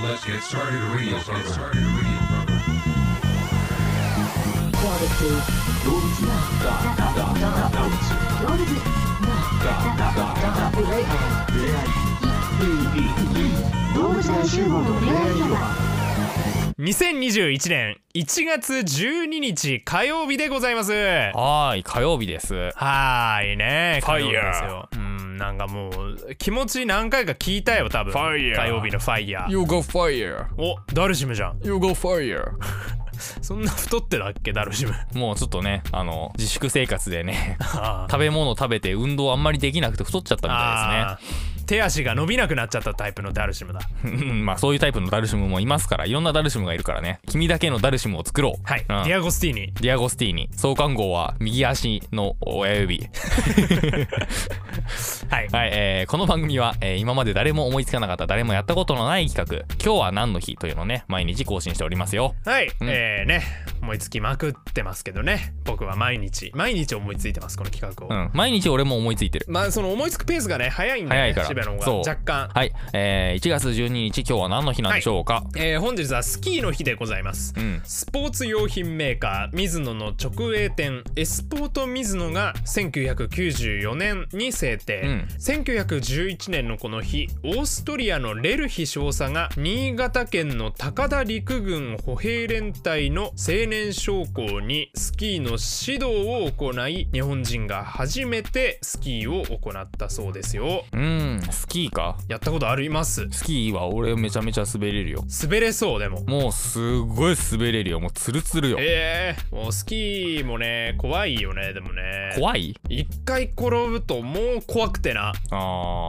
Let's get started radio, brother. Get started radio, brother. Barbecue. 動物な触れ合い動物大集合の出会い広場2021年1月12日火曜日でございますははーい、火曜日です。ーいねフ火ァイヤー曜日ですようんなんかもう気持ち何回か聞いたよ多分ファイヤー火曜日のファイヤー You go fire! おダルシムじゃん You go fire! そんな太ってたっけダル シムもうちょっとね、あの、自粛生活 でね、あー食べ物食べて運動あんまりできなくて太っちゃったみたあー手足が伸びなくなっちゃったタイプのダルシ ムだいですね。うんまあそういうタイプのダルシムもいますから、いろんなダルシムがいるからね、君だけのダルシムを作ろう。はい、うんディアゴスティーニディアゴスティーニ創刊号は右足の親 指はい、はい、えーこの番組は、えー今まで誰も思いつかなかった誰もやったことのない企画今日は何の日というのをね毎日更新しておりますよはい、うんえーね思いつきまくってますけどね僕は毎日毎日思いついてますこの企画を、うん毎日俺も思いついてるまあその思いつくペースがね早いんで、早いね、から渋谷のそう方が若干はい、えー1月12日今日は何の日なんでしょうか、えー本日はスキーの日でございます、うんスポーツ用品メーカーミズノの直営店エスポートミズノが1994年に制定、うん1911年のこの日オーストリアのレルヒ少佐が新潟県の高田陸軍歩兵連隊の青年将校にスキーの指導を行い日本人が初めてスキーを行ったそうですようーんスキーかやったことありますスキーは俺めちゃめちゃ滑れるよ滑れそうでももうすごい滑れるよもうツルツルよええもうスキーもね怖いよねでもね怖い一回転ぶともう怖くてなあ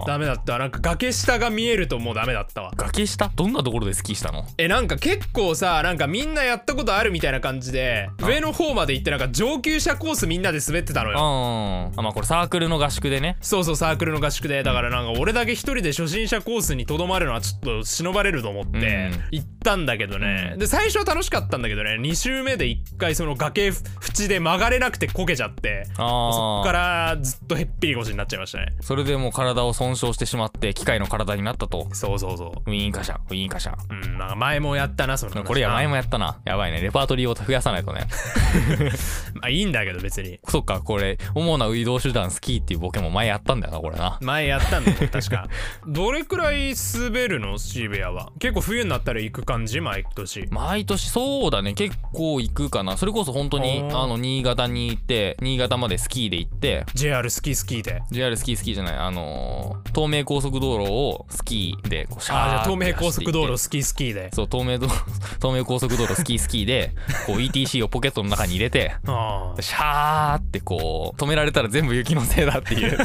ーダメだったなんか崖下が見えるともうダメだったわ崖下どんなところでスキーしたのえなんか結構さなんかみんなやったことあるみたいな感じで上の方まで行ってなんか上級者コースみんなで滑ってたのよあーあまあこれサークルの合宿でねそうそうサークルの合宿でだからなんか俺だけ一人で初心者コースにとどまるのはちょっと忍ばれると思ってうん行ったんだけどねうんで最初は楽しかったんだけどね2周目で一回その崖縁で曲がれなくてこけちゃってあーそっからずっとへっぴり腰になっちゃいましたねそれでもう体を損傷してしまって機械の体になったとそうそうそうウィーンカシャウィーンカシャうんなんか前もやったなその話これや前もややったなやばいねレパートリーを増やさないとねまあいいんだけど別にそっかこれ主な移動手段スキーっていうボケも前やったんだよなこれな前やったんだよ確 かどれくらい滑るの渋谷は結構冬になったら行く感じ毎年毎年そうだね結構行くかなそれこそ本当におーあの新潟に行って新潟までスキーで行って JR スキースキーで JR スキースキーじゃないあのー東名高速道路をスキーでこうシャーああじゃあって東名高速道走っていっ路てスキースキーでそう東名道 東名高速道路スキースキーでこう ETC をポケットの中に入れてあシャーってこう止められたら全部雪のせいだっていう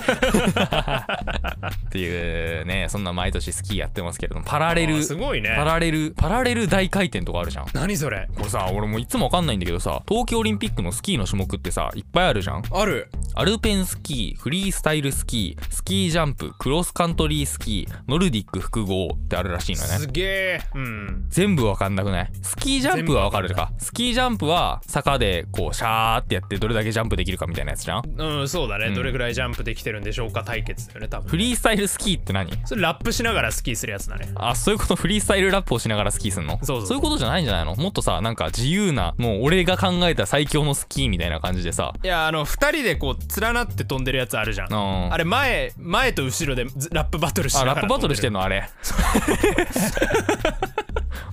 っていうねそんな毎年スキーやってますけれどもパラあレルすごいねパラレルパラレル大回転とかあるじゃん何それこれさ俺もういつもわかんないんだけどさ東京オリンピックのスキーの種目ってさいっぱいあるじゃんあるアルペンスキーフリースタイルスキースキージャンプクロスカントリースキーノルディック複合ってあるらしいのよねすげえうん全部わかんなくないスキージャンプはわかる全部わかスキージャンプは坂でこうシャーってやってどれだけジャンプできるかみたいなやつじゃんうんそうだね、うんどれくらいジャンプできてるんでしょうか対決だよね多分フリースタイルスキーって何それラップしながらスキーするやつだねあそういうことフリースタイルラップをしながらスキーすんのそうそういうことじゃないんじゃないのもっとさなんか自由なもう俺が考えた最強のスキーみたいな感じでさいやあの2人でこう連なって飛んでるやつあるじゃんうんあれ前前と後ろでずラップバトルしなあがらラップバトルしてんののあれ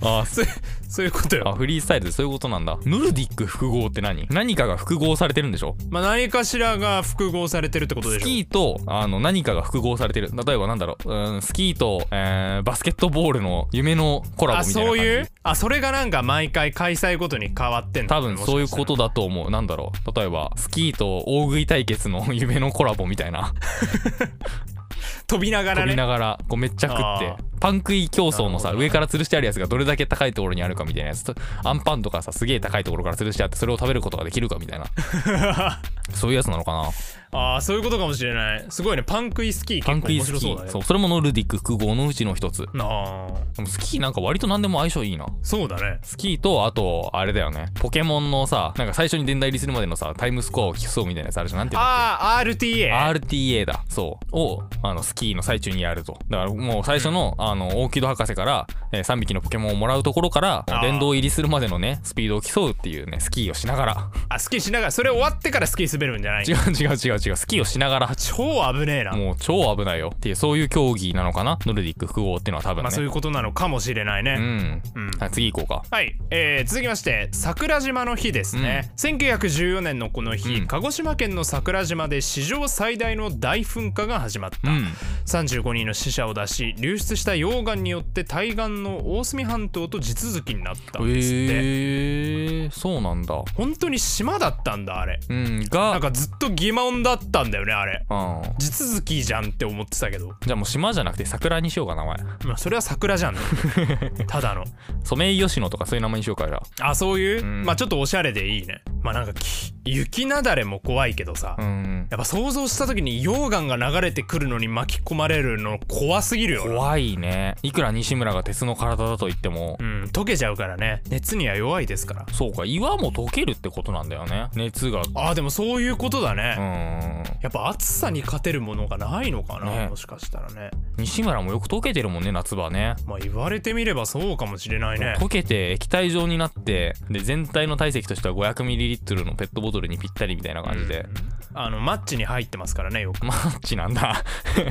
あそうそういうことよあフリースタイルでそういうことなんだノルディック複合って何何かが複合されてるんでしょまあ何かしらが複合されてるってことでスしょキーとあの何かが複合されてる例えばなんだろう、うん、スキーと、えーバスケットボールの夢のコラあボみたいなそ感うじいうあそれがなんか毎回開催ごとに変わってんの多分そういうことだと思うなんだろう例えばスキーと大食い対決の夢のコラボみたいな飛びなが飛らびねながらこうめっちゃ食あってパン食い競争のなさるほど上から吊るしてあるやつがどれだけ高いところにあるかみたいなやつとアンパンとかさすげえ高いところから吊るしてあってそれを食べることができるかみたいな そういうやつなのかなああそういうことかもしれないすごいねパン食いスキー結パン構食い面白スキそうーだそねうそれもノルディック複合のうちの一つなあでもスキーなんか割と何でも相性いいなそうだ ねスキーとあとあれだよねポケモンのさなんか最初に伝代入りするまでのさタイムスコアを競うみたいなやつあるじゃんなんていうのああ RTA RTA だそうをあのスキーの最中にやるとだからもう最初の,、あの大木戸博士からえー3匹のポケモンをもらうところからあー殿堂入りするまでのねスピードを競うっていうねスキーをしながらあスキーしながらそれ終わってからスキー滑るんじゃない違う違う違う違うスキーをしながら超危ねえなもう超危ないよっていうそういう競技なのかなノルディック複合っていうのは多分ね、まあそういうことなのかもしれないね、うん、はい次行こうかはい、えー続きまして桜島の日ですね、1914年のこの日、うん鹿児島県の桜島で史上最大の大噴火が始まった、うん35人の死者を出し流出した溶岩によって対岸の大隅半島と地続きになったんですって、えー、そうなんだ本当に島だったんだあれうんがなんかずっと疑問だったんだよねあれうん地続きじゃんって思ってたけどじゃあもう島じゃなくて桜にしようか名前まあそれは桜じ ゃんねただのソメイヨシノとかそういう名前にしようかじゃあそういう、んまあちょっとおしゃれでいいねまあなんかき雪雪だれも怖いけどさ、あうんやっぱ想像した時に溶岩が流れてくるのに巻き込まれるの怖すぎるよな怖いねいくら西村が鉄の体だと言っても、うん溶けちゃうからね熱には弱いですからそうか岩も溶けるってことなんだよね熱があーでもそういうことだね、うんやっぱ暑さに勝てるものがないのかな、ねもしかしたらね西村もよく溶けてるもんね夏場ねまあ言われてみればそうかもしれないね溶けて液体状になってで全体の体積としては 500ml のペットボトルにぴったりみたいな感じで、あのマッチに入ってますからねよくマッチなんだだ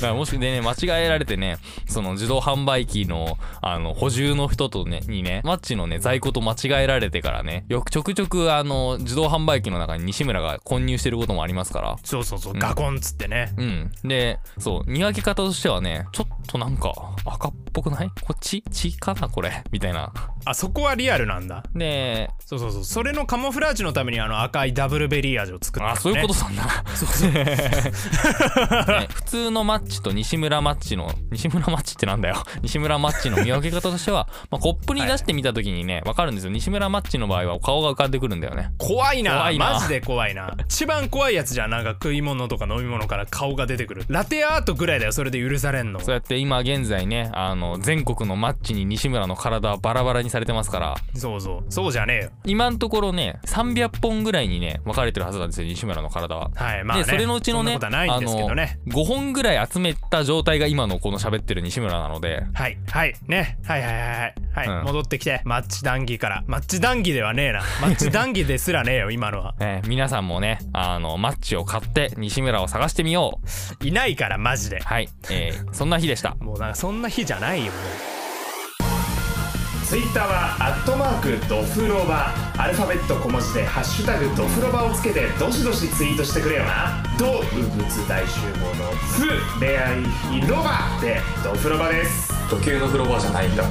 からもしでね間違えられてねその自動販売機のあの補充の人とねにねマッチのね在庫と間違えられてからねよくちょくちょくあの自動販売機の中に西村が混入してることもありますからそうそうそうガコンっつってね、うん。で、そう、見分け方としてはね、ちょっとなんか赤っぽくないこっち血かなこれみたいな。あそこはリアルなんだで、そうそうそうそれのカモフラージュのためにあの赤いダブルベリー味を作った、ね、あ、そういうことなんだ。そうそう ね普通のマッチと西村マッチの、西村マッチってなんだよ。 西村マッチの見分け方としては、まあ、コップに出してみた時にね、わかるんですよ。西村マッチの場合はお顔が浮かんでくるんだよね。怖いな怖いなマジで怖いな一番怖いやつじゃんなんか食い物とか飲み物から顔が出てくるラテアートぐらいだよそれで許されんのそうやって今現在ね、あの、全国のマッチに西村の体はバラバラにされてますから、そうそうそうじゃねえよ今のところね、300本ぐらいにね、分かれてるはずなんですよ、西村の体は。はいまあねでそれのうちのねそんなことはないんですけどねあの5本ぐらい集めた状態が今のこの喋ってる西村なのではいはいねはいはいはいはい、はいうん戻ってきてマッチ談義からマッチ談義ではねえなマッチ談義ですらねえよ今のはね、皆さんもねあのマッチを買って西村を探してみよういないからマジではい、えー、そんな日でしたもうなんかそんな日じゃないよもうツイッターはアットマークドフロバアルファベット小文字で「ハッシュタグドフロバ」をつけてどしどしツイートしてくれよな動物大集合の「フ」恋愛広場でドフロバです時計の風呂場じゃないんだ